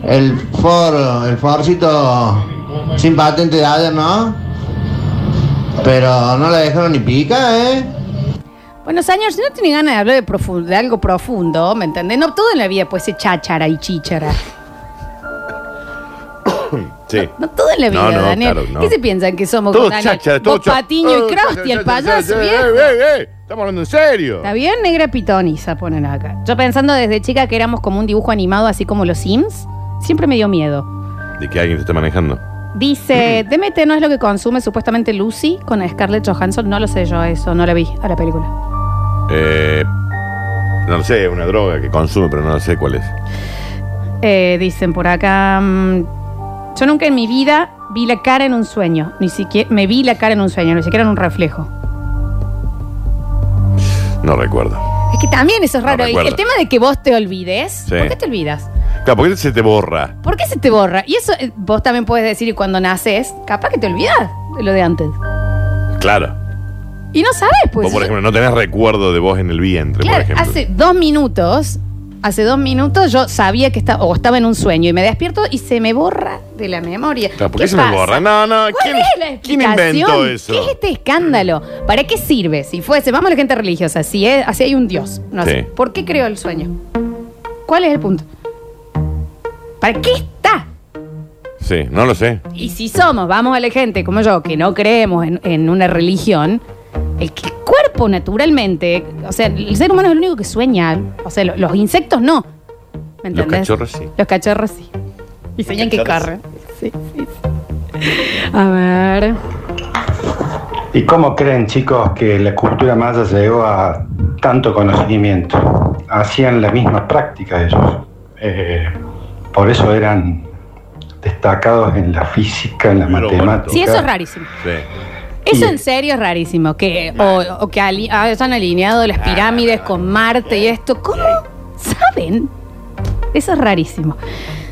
[SPEAKER 6] el for, el forcito sin patente de ayer, ¿no? Pero no la dejaron ni pica, ¿eh?
[SPEAKER 1] Bueno, señor, si no tienen ganas de hablar de, profu- de algo profundo, ¿me entendés? No todo en la vida puede ser cháchara y chíchara.
[SPEAKER 2] Sí.
[SPEAKER 1] No todo en la vida,
[SPEAKER 2] No, no,
[SPEAKER 1] Daniel.
[SPEAKER 2] claro, no.
[SPEAKER 1] ¿Qué se piensan que somos
[SPEAKER 2] Todo
[SPEAKER 1] con Daniel?
[SPEAKER 2] cháchara, todo Oh,
[SPEAKER 1] Vos Patiño y Krusty, el payaso, viejo.
[SPEAKER 2] Estamos hablando en serio.
[SPEAKER 1] Está bien, negra pitoniza, ponen acá. Yo pensando desde chica que éramos como un dibujo animado, así como los Sims, siempre me dio miedo.
[SPEAKER 2] De que alguien te está manejando. Mm.
[SPEAKER 1] Dice, DMT no es lo que consume supuestamente Lucy con Scarlett Johansson. No lo sé yo eso, no la vi a la película.
[SPEAKER 2] Eh, no lo sé, una droga que consume, pero no lo sé cuál es.
[SPEAKER 1] Eh, dicen por acá, mm, yo nunca en mi vida vi la cara en un sueño. Ni siquiera, me vi la cara en un sueño, ni siquiera en un reflejo.
[SPEAKER 2] No recuerdo.
[SPEAKER 1] Es que también eso es
[SPEAKER 2] No
[SPEAKER 1] raro. Y
[SPEAKER 2] recuerdo.
[SPEAKER 1] el tema de que vos te olvides,
[SPEAKER 2] Sí.
[SPEAKER 1] ¿por qué te olvidas?
[SPEAKER 2] Claro, ¿por qué se te borra?
[SPEAKER 1] ¿Por qué se te borra? Y eso eh, vos también puedes decir y cuando naces, capaz que te olvidas de lo de antes.
[SPEAKER 2] Claro.
[SPEAKER 1] Y no sabes, pues.
[SPEAKER 2] Vos, por ejemplo, no tenés recuerdo de vos en el vientre, por
[SPEAKER 1] claro,
[SPEAKER 2] ejemplo.
[SPEAKER 1] hace dos minutos hace dos minutos yo sabía que estaba, o estaba en un sueño y me despierto y se me borra de la memoria.
[SPEAKER 2] Claro, ¿por qué se me borra? No, no,
[SPEAKER 1] ¿Cuál
[SPEAKER 2] ¿quién-
[SPEAKER 1] es la
[SPEAKER 2] quién
[SPEAKER 1] explicación?
[SPEAKER 2] inventó eso?
[SPEAKER 1] ¿Qué es este escándalo? ¿Para qué sirve? Si fuese, vamos a la gente religiosa, si es, así hay un Dios. No sé.
[SPEAKER 2] Sí.
[SPEAKER 1] ¿Por qué creó el sueño? ¿Cuál es el punto? ¿Para qué está?
[SPEAKER 2] Sí, no lo sé.
[SPEAKER 1] Y si somos, vamos a la gente como yo, que no creemos en, en una religión, el que- el cuerpo naturalmente, o sea, el ser humano es el único que sueña, o sea, lo- los insectos no. ¿Me
[SPEAKER 2] Los
[SPEAKER 1] entendés?
[SPEAKER 2] cachorros sí.
[SPEAKER 1] Los cachorros sí. Y sueñan que
[SPEAKER 2] cachorros.
[SPEAKER 1] corren. Sí, sí, sí. A ver.
[SPEAKER 7] ¿Y cómo creen, chicos, que la cultura maya llegó a tanto conocimiento? Hacían la misma práctica ellos. Eh, por eso eran destacados en la física, en la
[SPEAKER 2] Pero bueno.
[SPEAKER 7] matemática.
[SPEAKER 1] Sí, eso es rarísimo.
[SPEAKER 2] Sí.
[SPEAKER 1] Eso
[SPEAKER 7] Y-
[SPEAKER 1] en serio es rarísimo. Que, o, o que ali- ah, hayan alineado las pirámides con Marte y esto. ¿Cómo saben? Eso es rarísimo.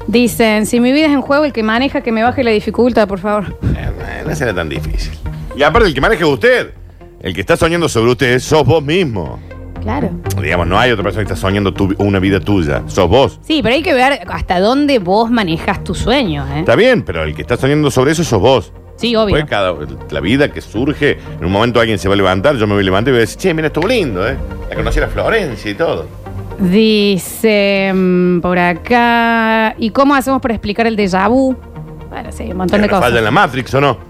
[SPEAKER 1] Dicen, si mi vida es en juego, el que maneja que me baje la dificultad, por favor.
[SPEAKER 2] Eh, No será tan difícil. Y aparte, el que maneja es usted. El que está soñando sobre usted sos vos mismo.
[SPEAKER 1] Claro.
[SPEAKER 2] Digamos, no hay otra persona que está soñando tu- una vida tuya. Sos vos.
[SPEAKER 1] Sí, pero hay que ver hasta dónde vos manejas tus sueños, ¿eh?
[SPEAKER 2] Está bien, pero el que está soñando sobre eso sos vos.
[SPEAKER 1] Sí, obvio.
[SPEAKER 2] Pues cada, la vida que surge, en un momento alguien se va a levantar, yo me voy a levantar y voy a decir, che, mira, estuvo lindo, ¿eh? La conocí a la Florencia y todo.
[SPEAKER 1] Dice mm, por acá. ¿Y cómo hacemos para explicar el déjà vu? Bueno, sí, un montón de
[SPEAKER 2] Hay una
[SPEAKER 1] cosas.
[SPEAKER 2] falla en la Matrix, ¿o no?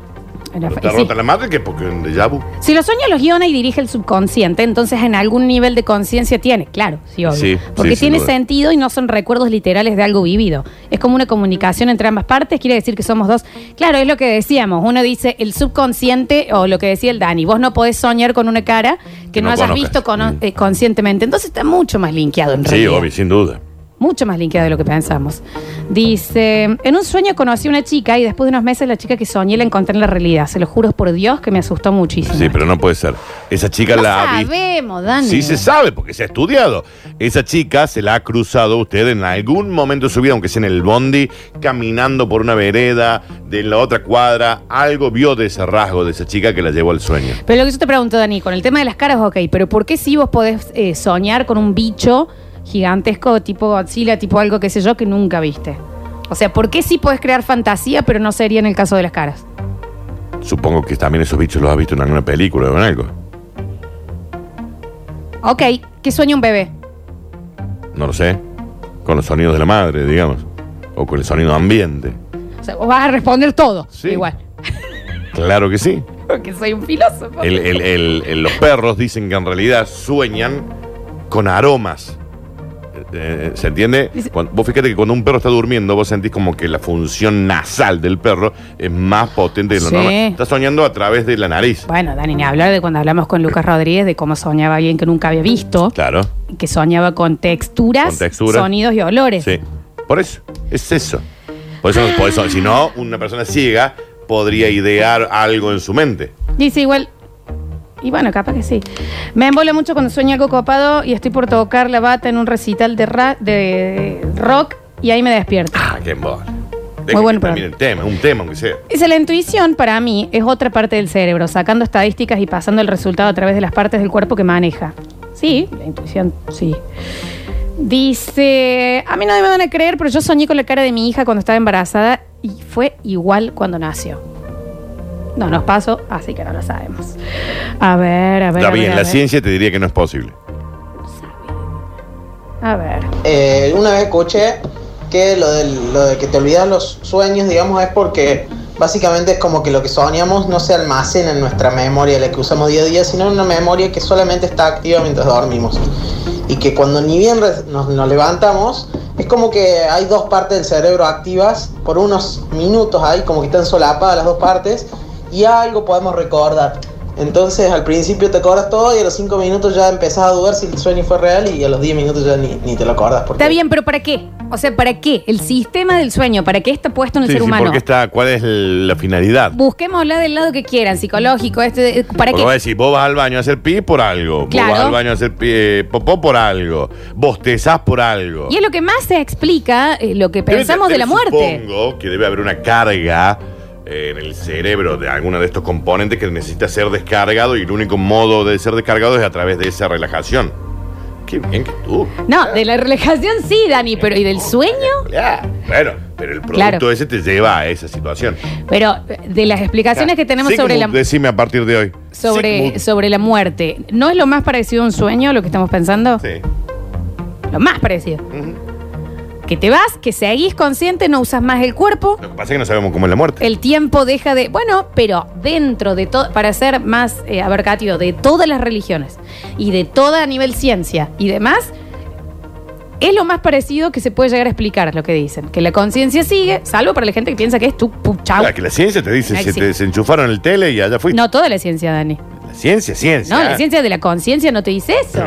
[SPEAKER 1] Una
[SPEAKER 2] ¿No
[SPEAKER 1] fa-
[SPEAKER 2] está
[SPEAKER 1] sí.
[SPEAKER 2] rota la Matrix? ¿Qué? Porque un déjà vu.
[SPEAKER 1] Si los sueños los guiona y dirige el subconsciente, entonces en algún nivel de conciencia tiene, claro, sí, obvio.
[SPEAKER 2] Sí,
[SPEAKER 1] Porque
[SPEAKER 2] sí, sin
[SPEAKER 1] tiene
[SPEAKER 2] duda.
[SPEAKER 1] sentido y no son recuerdos literales de algo vivido. Es como una comunicación entre ambas partes, quiere decir que somos dos. Claro, es lo que decíamos. Uno dice el subconsciente, o lo que decía el Dani, vos no podés soñar con una cara que
[SPEAKER 2] Que
[SPEAKER 1] no,
[SPEAKER 2] no
[SPEAKER 1] hayas
[SPEAKER 2] conozcas.
[SPEAKER 1] visto cono-
[SPEAKER 2] Mm.
[SPEAKER 1] eh, conscientemente. Entonces está mucho más linkeado en
[SPEAKER 2] Sí,
[SPEAKER 1] realidad.
[SPEAKER 2] obvio, sin duda.
[SPEAKER 1] Mucho más linkeado de lo que pensamos. Dice, en un sueño conocí a una chica y después de unos meses la chica que soñé la encontré en la realidad. Se lo juro por Dios que me asustó muchísimo.
[SPEAKER 2] Sí, pero no puede ser. Esa chica
[SPEAKER 1] No
[SPEAKER 2] la ha visto.
[SPEAKER 1] sabemos, Dani.
[SPEAKER 2] Sí se sabe, porque se ha estudiado. Esa chica se la ha cruzado usted en algún momento de su vida, aunque sea en el bondi, caminando por una vereda de la otra cuadra. Algo vio de ese rasgo de esa chica que la llevó al sueño.
[SPEAKER 1] Pero lo que yo te pregunto, Dani, con el tema de las caras, ok, pero ¿por qué si vos podés eh, soñar con un bicho gigantesco tipo Godzilla, tipo algo que sé yo, que nunca viste? O sea, ¿por qué sí podés crear fantasía, pero no sería en el caso de las caras?
[SPEAKER 2] Supongo que también esos bichos los ha visto en alguna película o en algo.
[SPEAKER 1] Ok, ¿qué sueña un bebé?
[SPEAKER 2] No lo sé. Con los sonidos de la madre, digamos. O con el sonido ambiente.
[SPEAKER 1] O sea, vos vas a responder todo.
[SPEAKER 2] Sí.
[SPEAKER 1] Igual.
[SPEAKER 2] Claro que sí.
[SPEAKER 1] Porque soy un filósofo.
[SPEAKER 2] El- el- el- el- los perros dicen que en realidad sueñan con aromas. Eh, eh, ¿Se entiende?
[SPEAKER 1] Dice-
[SPEAKER 2] Cuando- vos fíjate que cuando un perro está durmiendo, vos sentís como que la función nasal del perro es más potente de lo
[SPEAKER 1] Sí.
[SPEAKER 2] normal. Está soñando a través de la nariz.
[SPEAKER 1] Bueno, Dani, ni hablar de cuando hablamos con Lucas Rodríguez de cómo soñaba alguien que nunca había visto,
[SPEAKER 2] Claro.
[SPEAKER 1] que soñaba con texturas,
[SPEAKER 2] Con texturas.
[SPEAKER 1] sonidos y olores.
[SPEAKER 2] Sí. Por eso. Es eso. Por eso, por eso. Si no, una persona ciega podría idear algo en su mente.
[SPEAKER 1] Dice igual. Y bueno, capaz que sí. Me embola mucho cuando sueño algo copado y estoy por tocar la bata en un recital de, ra- de rock y ahí me despierto.
[SPEAKER 2] Ah, qué embol. Deja
[SPEAKER 1] Muy
[SPEAKER 2] que
[SPEAKER 1] bueno,
[SPEAKER 2] termine el tema, un tema aunque sea.
[SPEAKER 1] Dice, la intuición para mí es otra parte del cerebro, sacando estadísticas y pasando el resultado a través de las partes del cuerpo que maneja. Sí, la intuición, sí. Dice, a mí no me van a creer, pero yo soñé con la cara de mi hija cuando estaba embarazada y fue igual cuando nació. No nos pasó, así que no lo sabemos. A ver, a ver.
[SPEAKER 2] Está
[SPEAKER 1] a ver,
[SPEAKER 2] bien,
[SPEAKER 1] a
[SPEAKER 2] la
[SPEAKER 1] ver.
[SPEAKER 2] ciencia te diría que no es posible.
[SPEAKER 1] A ver.
[SPEAKER 8] Eh, una vez escuché que lo, del- lo de que te olvidas los sueños, digamos, es porque básicamente es como que lo que soñamos no se almacena en nuestra memoria, la que usamos día a día, sino en una memoria que solamente está activa mientras dormimos. Y que cuando ni bien re- nos, nos levantamos, es como que hay dos partes del cerebro activas por unos minutos ahí, como que están solapadas las dos partes, y algo podemos recordar. Entonces al principio te acuerdas todo y a los 5 minutos ya empezás a dudar si el sueño fue real y a los 10 minutos ya ni, ni te lo acordás. porque-
[SPEAKER 1] Está bien, pero ¿para qué? O sea, ¿para qué? El sistema del sueño, ¿para qué está puesto en el
[SPEAKER 2] Sí,
[SPEAKER 1] ser
[SPEAKER 2] sí,
[SPEAKER 1] humano?
[SPEAKER 2] porque está, ¿cuál es el- la finalidad?
[SPEAKER 1] Busquémosla del lado que quieran, psicológico, este, ¿para
[SPEAKER 2] Porque
[SPEAKER 1] qué?
[SPEAKER 2] vos decís, vos vas al baño a hacer pis por algo,
[SPEAKER 1] Claro.
[SPEAKER 2] vos vas al baño a hacer pi- eh, popó por algo, bostezás por algo.
[SPEAKER 1] Y es lo que más se explica eh, lo que
[SPEAKER 2] Debe-
[SPEAKER 1] pensamos de
[SPEAKER 2] debe-
[SPEAKER 1] la muerte.
[SPEAKER 2] Supongo que debe haber una carga eh, en el cerebro de alguno de estos componentes que necesita ser descargado y el único modo de ser descargado es a través de esa relajación. Qué bien que tú.
[SPEAKER 1] No, de la relajación sí, Dani, pero ¿y
[SPEAKER 2] Ah,
[SPEAKER 1] del sueño?
[SPEAKER 2] Ya, Bueno, pero el producto
[SPEAKER 1] Claro.
[SPEAKER 2] ese te lleva a esa situación.
[SPEAKER 1] Pero eh, de las explicaciones que tenemos
[SPEAKER 2] Sigmund,
[SPEAKER 1] sobre la
[SPEAKER 2] Decime a partir de hoy.
[SPEAKER 1] sobre,
[SPEAKER 2] Sigmund.
[SPEAKER 1] sobre la muerte, ¿no es lo más parecido a un sueño lo que estamos pensando?
[SPEAKER 2] Sí.
[SPEAKER 1] Lo más parecido.
[SPEAKER 2] Ujú.
[SPEAKER 1] Que te vas, que seguís consciente, no usas más el cuerpo.
[SPEAKER 2] Lo que pasa es que no sabemos cómo es la muerte.
[SPEAKER 1] El tiempo deja de. Bueno, pero dentro de todo. Para ser más eh, abarcativo, de todas las religiones y de toda a nivel ciencia y demás, es lo más parecido que se puede llegar a explicar lo que dicen. Que la conciencia sigue, salvo para la gente que piensa que es tu pu- chau.
[SPEAKER 2] Claro, Ah, que la ciencia te dice,
[SPEAKER 1] Ay,
[SPEAKER 2] se
[SPEAKER 1] sí.
[SPEAKER 2] te se enchufaron el tele y allá fuiste.
[SPEAKER 1] No toda la ciencia, Dani.
[SPEAKER 2] La ciencia, ciencia. ah.
[SPEAKER 1] No, la ciencia de la conciencia no te dice eso.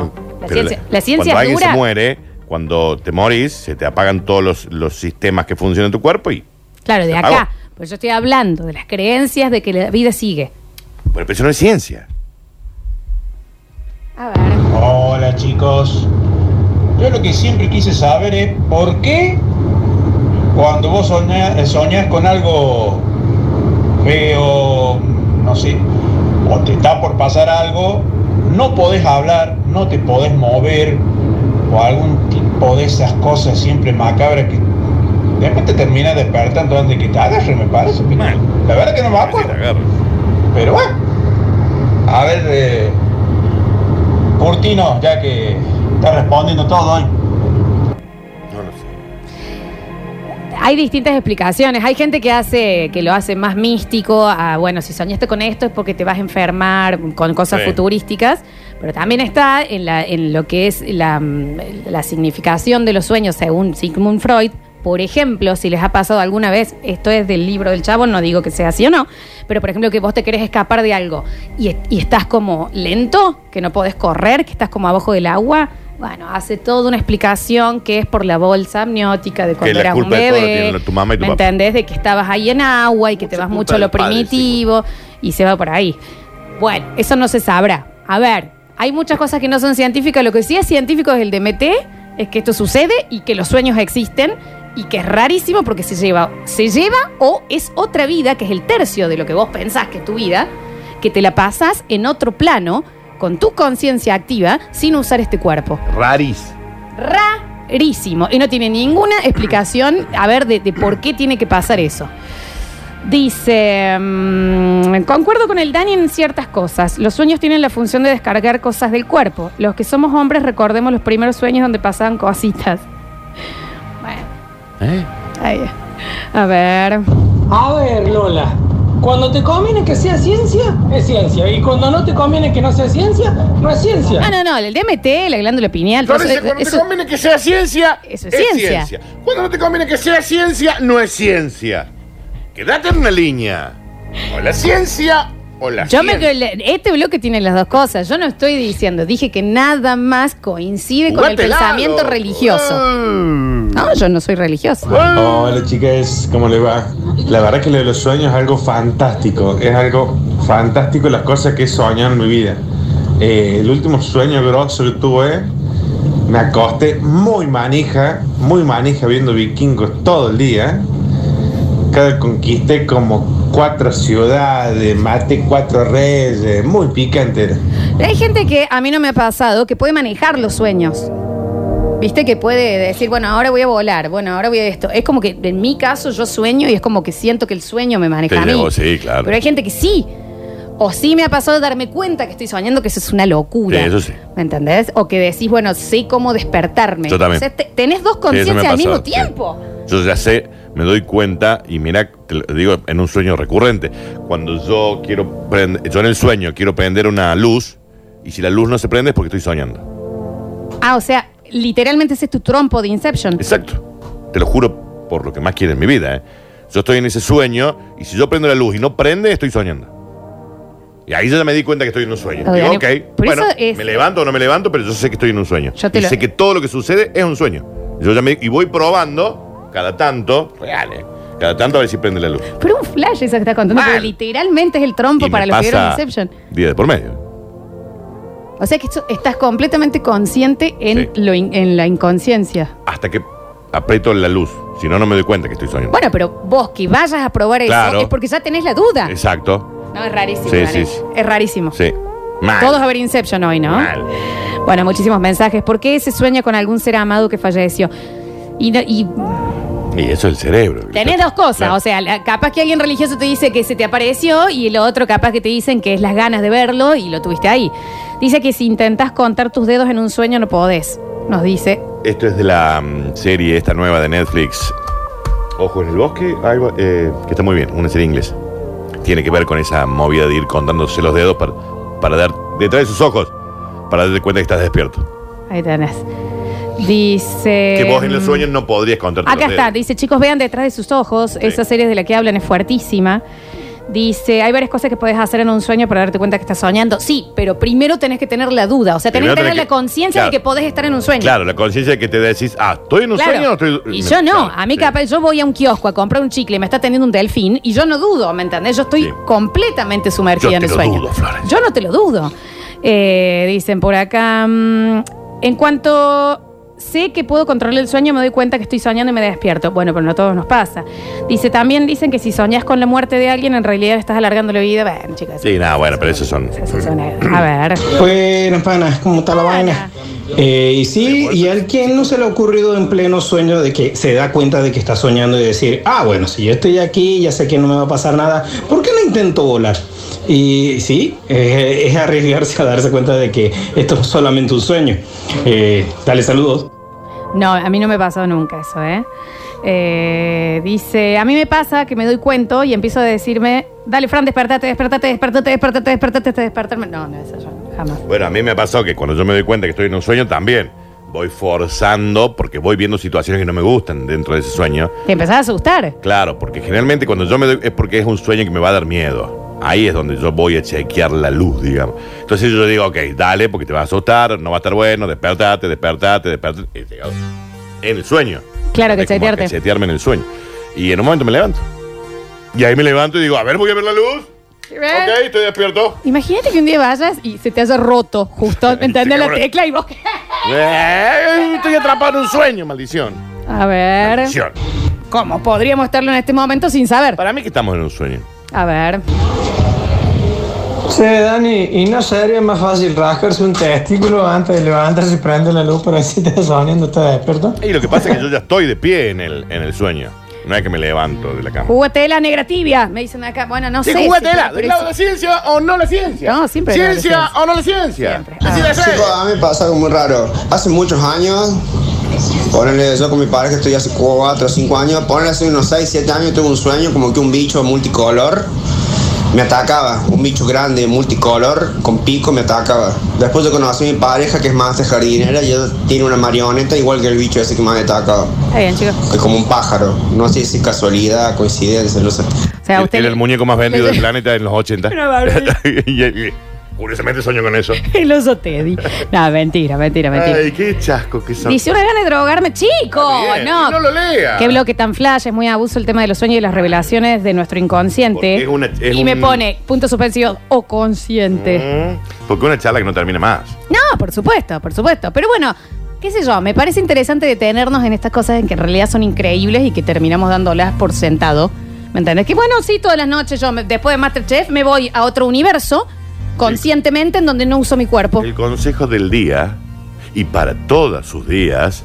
[SPEAKER 1] la,
[SPEAKER 2] Pero
[SPEAKER 1] ciencia, la ciencia es
[SPEAKER 2] Cuando alguien
[SPEAKER 1] dura.
[SPEAKER 2] se muere, cuando te morís, se te apagan todos los, los sistemas que funcionan en tu cuerpo y.
[SPEAKER 1] Claro, de
[SPEAKER 2] se
[SPEAKER 1] acá.
[SPEAKER 2] apagó.
[SPEAKER 1] Pues yo estoy hablando de las creencias de que la vida sigue.
[SPEAKER 2] Bueno, pero eso no es ciencia.
[SPEAKER 1] A ver.
[SPEAKER 9] Hola chicos, yo lo que siempre quise saber es por qué cuando vos soña- soñás, con algo feo, no sé, o te está por pasar algo, no podés hablar, no te podés mover, o algún tipo de esas cosas siempre macabras que después te terminas despertando antes que te agarre, me parece. pero
[SPEAKER 2] Mal.
[SPEAKER 9] La verdad que no me acuerdo.
[SPEAKER 2] Te agarro.
[SPEAKER 9] Pero bueno, a ver, eh, Curtino, ya que está respondiendo todo hoy.
[SPEAKER 2] No lo sé.
[SPEAKER 1] Hay distintas explicaciones. Hay gente que hace, que lo hace más místico. a, bueno, si soñaste con esto es porque te vas a enfermar con cosas
[SPEAKER 2] Sí.
[SPEAKER 1] futurísticas. Pero también está en, la, en lo que es la, mm, la significación de los sueños según Sigmund Freud. Por ejemplo, si les ha pasado alguna vez, esto es del libro del chavo, no digo que sea así o no, pero por ejemplo que vos te querés escapar de algo y, es- y estás como lento, que no podés correr, que estás como abajo del agua, bueno, hace toda una explicación que es por la bolsa amniótica de cuando
[SPEAKER 2] la
[SPEAKER 1] eras un
[SPEAKER 2] culpa de todo la
[SPEAKER 1] bebé.
[SPEAKER 2] tienen tu mamá y tu
[SPEAKER 1] ¿Me
[SPEAKER 2] papá.
[SPEAKER 1] entendés? De que estabas ahí en agua y que te
[SPEAKER 2] Mucha
[SPEAKER 1] vas
[SPEAKER 2] culpa
[SPEAKER 1] mucho a
[SPEAKER 2] del
[SPEAKER 1] lo
[SPEAKER 2] padre, sí. pues.
[SPEAKER 1] primitivo y se va por ahí. Bueno, eso no se sabrá. A ver, hay muchas cosas que no son científicas. Lo que sí es científico es el DMT, es que esto sucede y que los sueños existen y que es rarísimo porque se lleva, se lleva o es otra vida, que es el tercio de lo que vos pensás que es tu vida, que te la pasas en otro plano con tu conciencia activa sin usar este cuerpo
[SPEAKER 2] Raris.
[SPEAKER 1] rarísimo y no tiene ninguna explicación a ver de, de por qué tiene que pasar eso. Dice, mm, concuerdo con el Dani en ciertas cosas. Los sueños tienen la función de descargar cosas del cuerpo. Los que somos hombres recordemos los primeros sueños donde pasaban cositas. Bueno,
[SPEAKER 2] ¿Eh?
[SPEAKER 1] ahí. A ver.
[SPEAKER 10] A ver, Lola, cuando te conviene que sea ciencia, es ciencia. Y cuando no te conviene que no sea ciencia, no es ciencia.
[SPEAKER 1] Ah, no, no, el DMT, la glándula pineal. todo
[SPEAKER 2] Florencia,
[SPEAKER 1] eso-
[SPEAKER 2] cuando
[SPEAKER 1] eso-
[SPEAKER 2] te conviene que sea ciencia,
[SPEAKER 1] Eso es ciencia.
[SPEAKER 2] Cuando no te conviene que sea ciencia, no es ciencia. Quédate en una línea. O la ciencia o la
[SPEAKER 1] Yo me
[SPEAKER 2] ciencia.
[SPEAKER 1] creo- este bloque tiene las dos cosas. Yo no estoy diciendo, dije que nada más coincide con el
[SPEAKER 2] Jugate helado.
[SPEAKER 1] pensamiento religioso.
[SPEAKER 2] Mm.
[SPEAKER 1] No, yo no soy religioso.
[SPEAKER 9] Hola chicas, ¿cómo les va? La verdad que lo de los sueños es algo fantástico, es algo fantástico las cosas que he soñado en mi vida. Eh, el último sueño grosso que tuve, me acosté muy manija, muy manija viendo vikingos todo el día. Cada conquisté como cuatro ciudades, maté cuatro reyes, muy picante. era.
[SPEAKER 1] Hay gente que a mí no me ha pasado que puede manejar los sueños. Viste que puede decir, bueno, ahora voy a volar, bueno, ahora voy a esto. Es como que en mi caso yo sueño y es como que siento que el sueño me maneja
[SPEAKER 2] Te
[SPEAKER 1] a mí.
[SPEAKER 2] llevo, sí, claro.
[SPEAKER 1] Pero hay gente que sí. O sí me ha pasado darme cuenta que estoy soñando que eso es una locura.
[SPEAKER 2] Sí, eso sí.
[SPEAKER 1] ¿Me entendés? O que decís, bueno, sé cómo despertarme.
[SPEAKER 2] Yo también.
[SPEAKER 1] O sea, te- tenés dos
[SPEAKER 2] Sí, eso me
[SPEAKER 1] conciencias
[SPEAKER 2] ha
[SPEAKER 1] al mismo
[SPEAKER 2] pasado, sí.
[SPEAKER 1] tiempo.
[SPEAKER 2] Yo ya sé, me doy cuenta y mira, te lo digo en un sueño recurrente. Cuando yo quiero prender, yo en el sueño quiero prender una luz y si la luz no se prende es porque estoy soñando.
[SPEAKER 1] Ah, o sea, literalmente ese es tu trompo de Inception.
[SPEAKER 2] Exacto. Te lo juro por lo que más quiero en mi vida. ¿eh? Yo estoy en ese sueño y si yo prendo la luz y no prende, estoy soñando. Y ahí yo ya me di cuenta que estoy en un sueño.
[SPEAKER 1] Obvio,
[SPEAKER 2] Digo,
[SPEAKER 1] ni-
[SPEAKER 2] ok,
[SPEAKER 1] pero
[SPEAKER 2] bueno,
[SPEAKER 1] eso es-
[SPEAKER 2] me levanto o no me levanto, pero yo sé que estoy en un sueño.
[SPEAKER 1] Yo te
[SPEAKER 2] y
[SPEAKER 1] lo-
[SPEAKER 2] sé que todo lo que sucede es un sueño. Yo ya me- y voy probando cada tanto, real, ¿eh? cada tanto a ver si prende la luz.
[SPEAKER 1] Pero un flash eso que estás contando,
[SPEAKER 2] Mal.
[SPEAKER 1] porque literalmente es el trompo
[SPEAKER 2] Y
[SPEAKER 1] para
[SPEAKER 2] me
[SPEAKER 1] los que vieron
[SPEAKER 2] pasa
[SPEAKER 1] Inception.
[SPEAKER 2] Día de por medio.
[SPEAKER 1] O sea que esto- estás completamente consciente en,
[SPEAKER 2] Sí.
[SPEAKER 1] lo in- en la inconsciencia.
[SPEAKER 2] Hasta que aprieto la luz. Si no, no me doy cuenta que estoy soñando.
[SPEAKER 1] Bueno, pero vos que vayas a probar
[SPEAKER 2] Claro.
[SPEAKER 1] eso es porque ya tenés la duda.
[SPEAKER 2] Exacto.
[SPEAKER 1] No, es rarísimo.
[SPEAKER 2] Sí,
[SPEAKER 1] Dani.
[SPEAKER 2] sí, sí.
[SPEAKER 1] Es rarísimo.
[SPEAKER 2] Sí. Mal.
[SPEAKER 1] Todos a ver Inception hoy, ¿no?
[SPEAKER 2] Mal.
[SPEAKER 1] Bueno, muchísimos mensajes. ¿Por qué se sueña con algún ser amado que falleció? Y, no- y
[SPEAKER 2] Y eso es el cerebro.
[SPEAKER 1] tenés dos cosas. O sea, la- capaz que alguien religioso te dice que se te apareció y lo otro capaz que te dicen que es las ganas de verlo y lo tuviste ahí. Dice que si intentás contar tus dedos en un sueño no podés. Nos dice.
[SPEAKER 2] Esto es de la mm, serie esta nueva de Netflix. Ojo en el bosque, algo, eh, que está muy bien, una serie inglesa. Tiene que ver con esa movida de ir contándose los dedos para, para dar detrás de sus ojos, para darte cuenta que estás despierto.
[SPEAKER 1] Ahí tenés. Dice.
[SPEAKER 2] que vos en los sueños no podrías contarte
[SPEAKER 1] Em, Acá
[SPEAKER 2] los
[SPEAKER 1] está,
[SPEAKER 2] dedos.
[SPEAKER 1] dice, chicos, vean detrás de sus ojos, esa serie de la que hablan es fuertísima. Dice, hay varias cosas que podés hacer en un sueño para darte cuenta que estás soñando. Sí, pero primero tenés que tener la duda, o sea, tenés
[SPEAKER 2] Primero
[SPEAKER 1] que tener
[SPEAKER 2] tenés
[SPEAKER 1] la
[SPEAKER 2] que-
[SPEAKER 1] conciencia de
[SPEAKER 2] claro.
[SPEAKER 1] que podés estar en un sueño.
[SPEAKER 2] Claro, la conciencia de que te decís, ah, ¿estoy en un
[SPEAKER 1] Claro.
[SPEAKER 2] sueño o estoy.?
[SPEAKER 1] Y
[SPEAKER 2] me-
[SPEAKER 1] yo no,
[SPEAKER 2] claro,
[SPEAKER 1] a mí
[SPEAKER 2] sí.
[SPEAKER 1] capaz, yo voy a un kiosco a comprar un chicle, me está atendiendo un delfín y yo no dudo, ¿me entendés? Yo estoy
[SPEAKER 2] Sí.
[SPEAKER 1] completamente sumergida
[SPEAKER 2] Yo
[SPEAKER 1] en
[SPEAKER 2] te
[SPEAKER 1] el
[SPEAKER 2] lo
[SPEAKER 1] sueño.
[SPEAKER 2] dudo, Florencia.
[SPEAKER 1] yo no te lo dudo. Eh, dicen por acá, mm, en cuanto sé que puedo controlar el sueño, me doy cuenta que estoy soñando y me despierto. Bueno, pero no a todos nos pasa. Dice, también dicen que si soñás con la muerte de alguien, en realidad estás alargando la vida. Bueno, chicas.
[SPEAKER 2] Sí, nada, bueno, pero esos son.
[SPEAKER 1] eso suena- A ver.
[SPEAKER 4] Buenas, panas, ¿cómo está la vaina? Eh, y sí, y al quien no se le ha ocurrido en pleno sueño de que se da cuenta de que está soñando y decir, ah, bueno, si yo estoy aquí, ya sé que no me va a pasar nada, ¿por qué no intento volar? Y sí, eh, es arriesgarse a darse cuenta de que esto es solamente un sueño. Eh, dale saludos.
[SPEAKER 1] No, a mí no me pasó nunca eso, ¿eh? Eh, Dice, a mí me pasa que me doy cuento y empiezo a decirme, dale, Fran, despertate, despertate, despertate, despertate, despertate, despertarme. No, no, eso yo jamás.
[SPEAKER 2] Bueno, a mí me ha pasado que cuando yo me doy cuenta que estoy en un sueño también voy forzando porque voy viendo situaciones que no me gustan dentro de ese sueño.
[SPEAKER 1] Te empezás a asustar.
[SPEAKER 2] Claro, porque generalmente cuando yo me doy es porque es un sueño que me va a dar miedo. Ahí es donde yo voy a chequear la luz, digamos. Entonces yo digo, ok, dale, porque te va a asustar, no va a estar bueno, despertate, despertate, despertate. He llegado en el sueño.
[SPEAKER 1] Claro, que
[SPEAKER 2] Es como
[SPEAKER 1] chatearte.
[SPEAKER 2] Cachetearme en el sueño. Y en un momento me levanto. Y ahí me levanto y digo, a ver, voy a ver la luz.
[SPEAKER 1] ¿Eh?
[SPEAKER 2] Ok, estoy despierto.
[SPEAKER 1] Imagínate que un día vayas y se te haya roto justo,
[SPEAKER 2] Sí,
[SPEAKER 1] ¿entendés la
[SPEAKER 2] cabrón.
[SPEAKER 1] tecla y vos?
[SPEAKER 2] Eh, estoy atrapado en un sueño, maldición.
[SPEAKER 1] A ver,
[SPEAKER 2] Maldición.
[SPEAKER 1] ¿cómo podríamos estarlo en este momento sin saber?
[SPEAKER 2] Para mí que estamos en un sueño.
[SPEAKER 1] A ver,
[SPEAKER 4] Che, Dani, ¿y no sería más fácil rascarse un testículo antes de levantarse y prender la luz para ver si estás soñando, estás despierto?
[SPEAKER 2] Y lo que pasa es que yo ya estoy de pie en el, en el sueño. No es que me levanto de la cama.
[SPEAKER 1] jugatela negra tibia, me dicen acá. Bueno, no
[SPEAKER 2] Sí,
[SPEAKER 1] sé.
[SPEAKER 2] jugatela,
[SPEAKER 1] si-
[SPEAKER 2] del lado de la ciencia o no la ciencia.
[SPEAKER 1] No, siempre del lado de la
[SPEAKER 2] Ciencia
[SPEAKER 1] ciencia.
[SPEAKER 2] o no la ciencia.
[SPEAKER 1] Siempre.
[SPEAKER 2] Así
[SPEAKER 1] Ah.
[SPEAKER 2] de ser.
[SPEAKER 6] Chicos, a mí me pasa algo muy raro. Hace muchos años, ponele yo con mi pareja, estoy hace 4 o 5 años, ponele hace unos 6, 7 años, tuve un sueño como que un bicho multicolor me atacaba. Un bicho grande, multicolor, con pico, me atacaba. Después yo conocí a mi pareja, que es más de jardinera, y ella tiene una marioneta igual que el bicho ese que me atacaba.
[SPEAKER 1] Está bien, chicos.
[SPEAKER 6] Es como un pájaro. No sé si es casualidad, coincidencia, no sé.
[SPEAKER 1] O sea,
[SPEAKER 2] Era-
[SPEAKER 1] usted.
[SPEAKER 2] Era el muñeco más vendido del planeta en los 80.
[SPEAKER 1] Una Barbie.
[SPEAKER 2] Y- y- curiosamente sueño con eso.
[SPEAKER 1] El oso Teddy. No, mentira, mentira, mentira.
[SPEAKER 2] Ay, qué chasco que son.
[SPEAKER 1] Dice una gana de drogarme, chico.
[SPEAKER 2] Está bien,
[SPEAKER 1] No.
[SPEAKER 2] que no lo lea.
[SPEAKER 1] Qué bloque tan flash, es muy abuso el tema de los sueños y las revelaciones de nuestro
[SPEAKER 2] Porque
[SPEAKER 1] inconsciente.
[SPEAKER 2] es una- es
[SPEAKER 1] y me
[SPEAKER 2] un-
[SPEAKER 1] pone punto suspensivo o consciente.
[SPEAKER 2] Mm, Porque una charla que no termina más.
[SPEAKER 1] No, por supuesto, por supuesto. Pero bueno, qué sé yo, me parece interesante detenernos en estas cosas en que en realidad son increíbles y que terminamos dándolas por sentado. ¿Me entendés? Que bueno, sí, todas las noches yo, me- después de Masterchef, me voy a otro universo conscientemente en donde no uso mi cuerpo.
[SPEAKER 2] El consejo del día, y para todos sus días,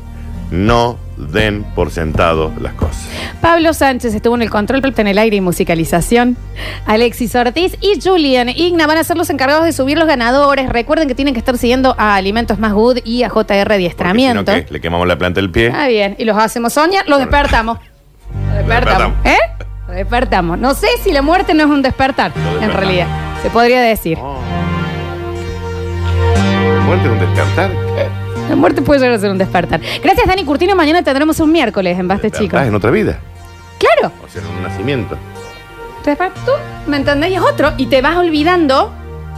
[SPEAKER 2] no den por sentado las cosas.
[SPEAKER 1] Pablo Sánchez estuvo en el control en el aire y musicalización. Alexis Ortiz y Julian Igna van a ser los encargados de subir los ganadores. Recuerden que tienen que estar siguiendo a Alimentos Más Good y a JR
[SPEAKER 2] Porque si no,
[SPEAKER 1] Adiestramiento.
[SPEAKER 2] ¿qué? Le quemamos la planta del pie.
[SPEAKER 1] Ah, bien. Y los hacemos soñar, los despertamos. Los despertamos.
[SPEAKER 2] despertamos.
[SPEAKER 1] ¿Eh? Los despertamos. No sé si la muerte no es un despertar, en
[SPEAKER 2] despertamos.
[SPEAKER 1] realidad. Se podría decir.
[SPEAKER 2] Oh. Muerte con despertar. ¿Qué?
[SPEAKER 1] La muerte puede llegar a ser un despertar. Gracias, Dani Curtino. Mañana tendremos un miércoles en Baste Chicos.
[SPEAKER 2] Despertás en otra vida.
[SPEAKER 1] Claro.
[SPEAKER 2] O sea, en un nacimiento.
[SPEAKER 1] Te despertas tú, ¿me entendés? Y es otro. Y te vas olvidando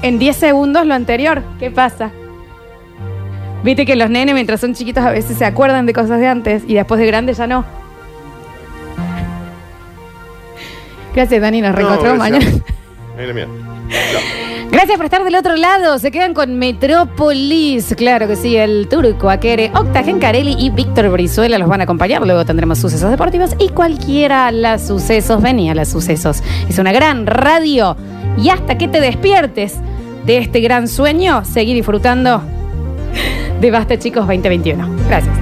[SPEAKER 1] en 10 segundos lo anterior. ¿Qué pasa? Viste que los nenes mientras son chiquitos a veces se acuerdan de cosas de antes y después de grandes ya no. Gracias, Dani. Nos reencontramos
[SPEAKER 2] No,
[SPEAKER 1] mañana.
[SPEAKER 2] esa- Mira, mira.
[SPEAKER 1] Gracias por estar del otro lado. Se quedan con Metrópolis. Claro que sí, el turco Aquere, Octagen Carelli y Víctor Brizuela los van a acompañar. Luego tendremos sucesos deportivos y cualquiera las sucesos. Venía las sucesos. Es una gran radio. Y hasta que te despiertes de este gran sueño, seguí disfrutando de Basta Chicos 2021. Gracias.